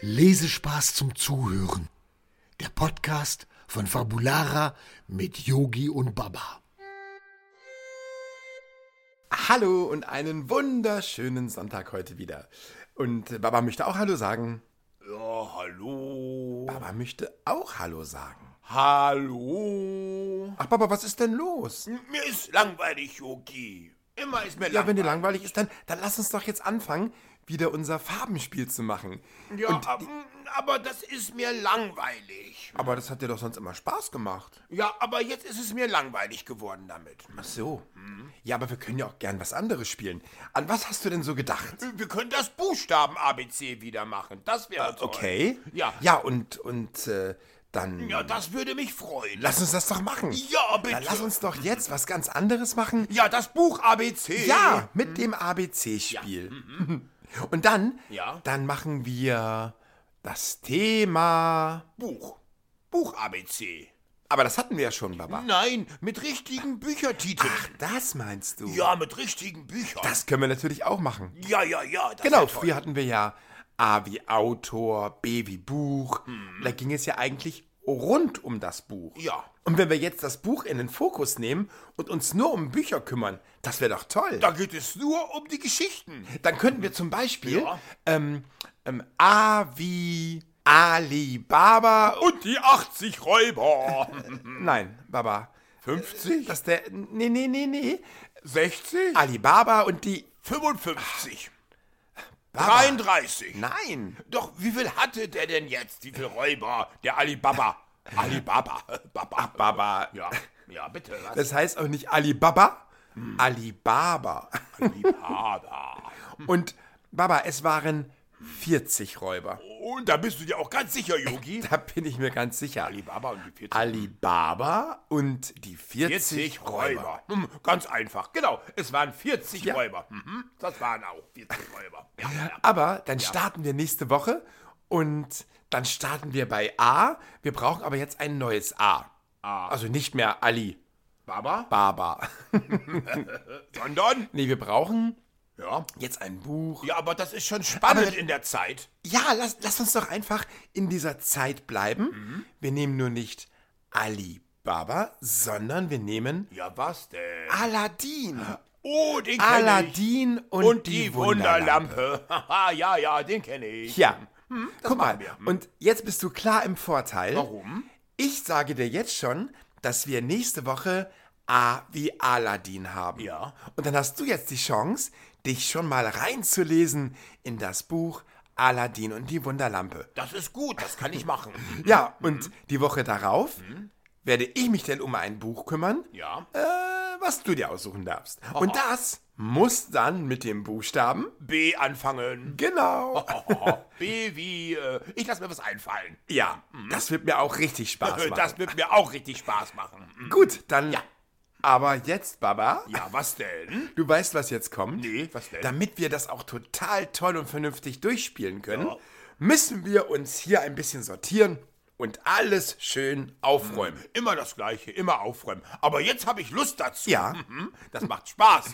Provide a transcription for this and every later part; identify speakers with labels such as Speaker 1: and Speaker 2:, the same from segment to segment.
Speaker 1: Lesespaß zum Zuhören. Der Podcast von Fabulara mit Yogi und Baba.
Speaker 2: Hallo und einen wunderschönen Sonntag heute wieder. Und Baba möchte auch Hallo sagen.
Speaker 3: Ja, Oh, hallo.
Speaker 2: Baba möchte auch Hallo sagen.
Speaker 3: Hallo.
Speaker 2: Ach, Baba, was ist denn los?
Speaker 3: Mir ist langweilig, Yogi. Immer ist mir
Speaker 2: Ja, wenn dir
Speaker 3: langweilig.
Speaker 2: langweilig ist, dann, dann lass uns doch jetzt anfangen, wieder unser Farbenspiel zu machen.
Speaker 3: Ja, ab- aber das ist mir langweilig.
Speaker 2: Aber das hat dir doch sonst immer Spaß gemacht.
Speaker 3: Ja, aber jetzt ist es mir langweilig geworden damit.
Speaker 2: Ach so. Ja, aber wir können ja auch gern was anderes spielen. An was hast du denn so gedacht?
Speaker 3: Wir können das Buchstaben ABC wieder machen. Das wäre toll.
Speaker 2: Äh, Okay.
Speaker 3: Ja.
Speaker 2: Ja, und, und äh, dann.
Speaker 3: Ja, das würde mich freuen.
Speaker 2: Lass uns das doch machen.
Speaker 3: Ja, bitte.
Speaker 2: Dann lass uns doch jetzt was ganz anderes machen.
Speaker 3: ja, das Buch ABC.
Speaker 2: Ja, mit dem ABC-Spiel. Und dann,
Speaker 3: Mhm. Ja.
Speaker 2: dann machen wir das Thema.
Speaker 3: Buch. Buch ABC.
Speaker 2: Aber das hatten wir ja schon, Baba.
Speaker 3: Nein, mit richtigen Büchertiteln.
Speaker 2: Ach, das meinst du?
Speaker 3: Ja, mit richtigen Büchern.
Speaker 2: Das können wir natürlich auch machen.
Speaker 3: ja, ja, ja. Das
Speaker 2: genau,
Speaker 3: wär toll.
Speaker 2: früher hatten wir ja A wie Autor, B wie Buch. Da ging es ja eigentlich rund um das Buch.
Speaker 3: Mhm. Ja.
Speaker 2: Und wenn wir jetzt das Buch in den Fokus nehmen und uns nur um Bücher kümmern, das wäre doch toll.
Speaker 3: Da geht es nur um die Geschichten.
Speaker 2: Dann könnten wir zum Beispiel
Speaker 3: Ja.
Speaker 2: ähm, ähm, A wie Alibaba.
Speaker 3: Und die 80 Räuber.
Speaker 2: Nein, Baba.
Speaker 3: 50?
Speaker 2: Das der. Nee, nee, nee, nee.
Speaker 3: 60?
Speaker 2: Alibaba und die.
Speaker 3: 55.
Speaker 2: Baba.
Speaker 3: 33.
Speaker 2: Nein.
Speaker 3: Doch, wie viel hatte der denn jetzt? Wie viel Räuber? Der Alibaba. Alibaba. Baba.
Speaker 2: Baba.
Speaker 3: Ja, ja, bitte. Was?
Speaker 2: Das heißt auch nicht Alibaba, Alibaba.
Speaker 3: Alibaba.
Speaker 2: Und Baba, es waren 40 Räuber.
Speaker 3: Und da bist du dir auch ganz sicher, Yogi.
Speaker 2: Da bin ich mir ganz sicher.
Speaker 3: Alibaba und die 40.
Speaker 2: Alibaba und die 40,
Speaker 3: 40
Speaker 2: Räuber.
Speaker 3: Räuber. Hm, ganz einfach. Genau, es waren 40
Speaker 2: Ja.
Speaker 3: Räuber. Mhm, das waren auch 40 Räuber. Ja, ja.
Speaker 2: Aber dann starten wir nächste Woche und dann starten wir bei A. Wir brauchen aber jetzt ein neues A. Also nicht mehr Alibaba.
Speaker 3: Baba? Sondern?
Speaker 2: nee, wir brauchen
Speaker 3: Ja.
Speaker 2: jetzt ein Buch.
Speaker 3: Ja, aber das ist schon spannend in der Zeit.
Speaker 2: Ja, lass, lass uns doch einfach in dieser Zeit bleiben.
Speaker 3: Mhm.
Speaker 2: Wir nehmen nur nicht Alibaba, sondern wir nehmen
Speaker 3: Ja, was denn?
Speaker 2: Aladdin.
Speaker 3: Oh, den kenne ich.
Speaker 2: Ah, Aladdin und,
Speaker 3: Und
Speaker 2: die,
Speaker 3: die
Speaker 2: Wunderlampe.
Speaker 3: Wunderlampe. Hm, Haha, ja, ja, den kenne ich.
Speaker 2: Ja, guck mal. Und jetzt bist du klar im Vorteil.
Speaker 3: Warum?
Speaker 2: Ich sage dir jetzt schon, dass wir nächste Woche A wie Aladdin haben.
Speaker 3: Ja.
Speaker 2: Und dann hast du jetzt die Chance, dich schon mal reinzulesen in das Buch Aladdin und die Wunderlampe.
Speaker 3: Das ist gut, das kann ich machen.
Speaker 2: Ja,
Speaker 3: Mhm.
Speaker 2: und die Woche darauf werde ich mich dann um ein Buch kümmern,
Speaker 3: Ja. Oh,
Speaker 2: äh, was du dir aussuchen darfst. Und das muss dann mit dem Buchstaben.
Speaker 3: B anfangen. Oh.
Speaker 2: Genau.
Speaker 3: B wie, äh, ich lasse mir was einfallen.
Speaker 2: Ja, das wird mir auch richtig Spaß machen.
Speaker 3: Mhm. Das wird mir auch richtig Spaß machen.
Speaker 2: Gut, dann. Aber jetzt, Baba,
Speaker 3: Ja, was denn?
Speaker 2: du weißt, was jetzt kommt.
Speaker 3: Nee, was denn?
Speaker 2: Damit wir das auch total toll und vernünftig durchspielen können, müssen wir uns hier ein bisschen sortieren und alles schön aufräumen.
Speaker 3: Immer das Gleiche, immer aufräumen. Aber jetzt habe ich Lust dazu.
Speaker 2: Ja.
Speaker 3: Mhm, Das macht Spaß.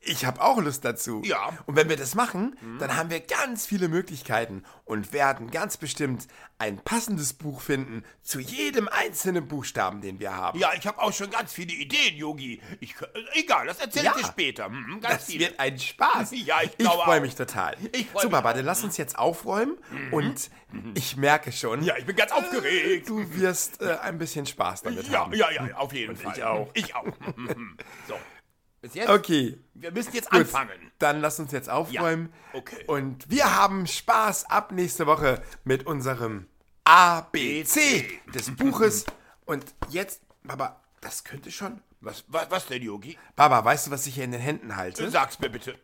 Speaker 2: Ich habe auch Lust dazu.
Speaker 3: Ja. Mhm.
Speaker 2: Und wenn wir das machen, dann haben wir ganz viele Möglichkeiten und werden ganz bestimmt ein passendes Buch finden zu jedem einzelnen Buchstaben, den wir haben.
Speaker 3: Ja, ich habe auch schon ganz viele Ideen, Yogi. Ich, kö- egal, das erzähle
Speaker 2: Ja.
Speaker 3: ich dir später. Mhm, ganz
Speaker 2: Das
Speaker 3: viele.
Speaker 2: wird ein Spaß.
Speaker 3: Ja, ich glaube
Speaker 2: freue
Speaker 3: auch.
Speaker 2: mich total.
Speaker 3: Ich freu
Speaker 2: so,
Speaker 3: mich Mhm.
Speaker 2: Baba, dann lass uns jetzt aufräumen und ich merke schon,
Speaker 3: Ja, ich bin ganz aufgeregt.
Speaker 2: du wirst äh, ein bisschen Spaß damit
Speaker 3: Ja,
Speaker 2: haben.
Speaker 3: ja, ja, auf jeden Fall.
Speaker 2: ich auch.
Speaker 3: Ich auch. Mhm. so. Bis jetzt.
Speaker 2: Okay.
Speaker 3: Wir müssen jetzt
Speaker 2: Gut,
Speaker 3: anfangen.
Speaker 2: dann lass uns jetzt aufräumen.
Speaker 3: Ja, okay.
Speaker 2: Und wir haben Spaß ab nächste Woche mit unserem ABC des Buches. Und jetzt, Baba, das könnte schon.
Speaker 3: Was, was, was denn, Yogi?
Speaker 2: Baba, weißt du, was ich hier in den Händen halte?
Speaker 3: Sag's mir bitte.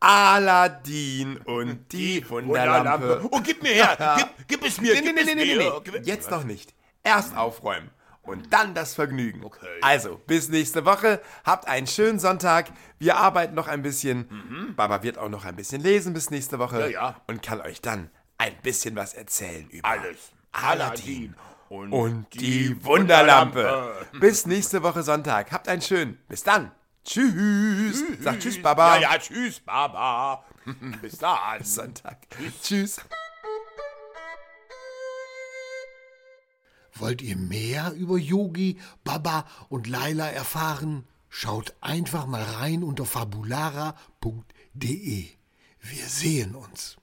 Speaker 2: Aladdin und die Wunderlampe.
Speaker 3: Oh, gib mir her. Gib, gib es mir.
Speaker 2: Nee, nee,
Speaker 3: gib
Speaker 2: nee,
Speaker 3: es
Speaker 2: nee, nee,
Speaker 3: mir.
Speaker 2: nee,
Speaker 3: Gib-
Speaker 2: nee. Jetzt noch nicht. Erst aufräumen und dann das Vergnügen.
Speaker 3: Okay.
Speaker 2: Also, bis nächste Woche. Habt einen schönen Sonntag. Wir arbeiten noch ein bisschen. Baba wird auch noch ein bisschen lesen bis nächste Woche.
Speaker 3: Mhm. Ja, ja.
Speaker 2: Und kann euch dann ein bisschen was erzählen über
Speaker 3: Alles.
Speaker 2: Aladdin.
Speaker 3: Und,
Speaker 2: Und die Wunderlampe. Bis nächste Woche Sonntag. Habt einen schönen. Bis dann. Tschüss. Sag tschüss, Baba.
Speaker 3: Ja, ja, tschüss, Baba. Bis dann.
Speaker 2: Sonntag. Tschüss.
Speaker 1: Wollt ihr mehr über Yogi, Baba und Laila erfahren? Schaut einfach mal rein unter fabulara.de. Wir sehen uns.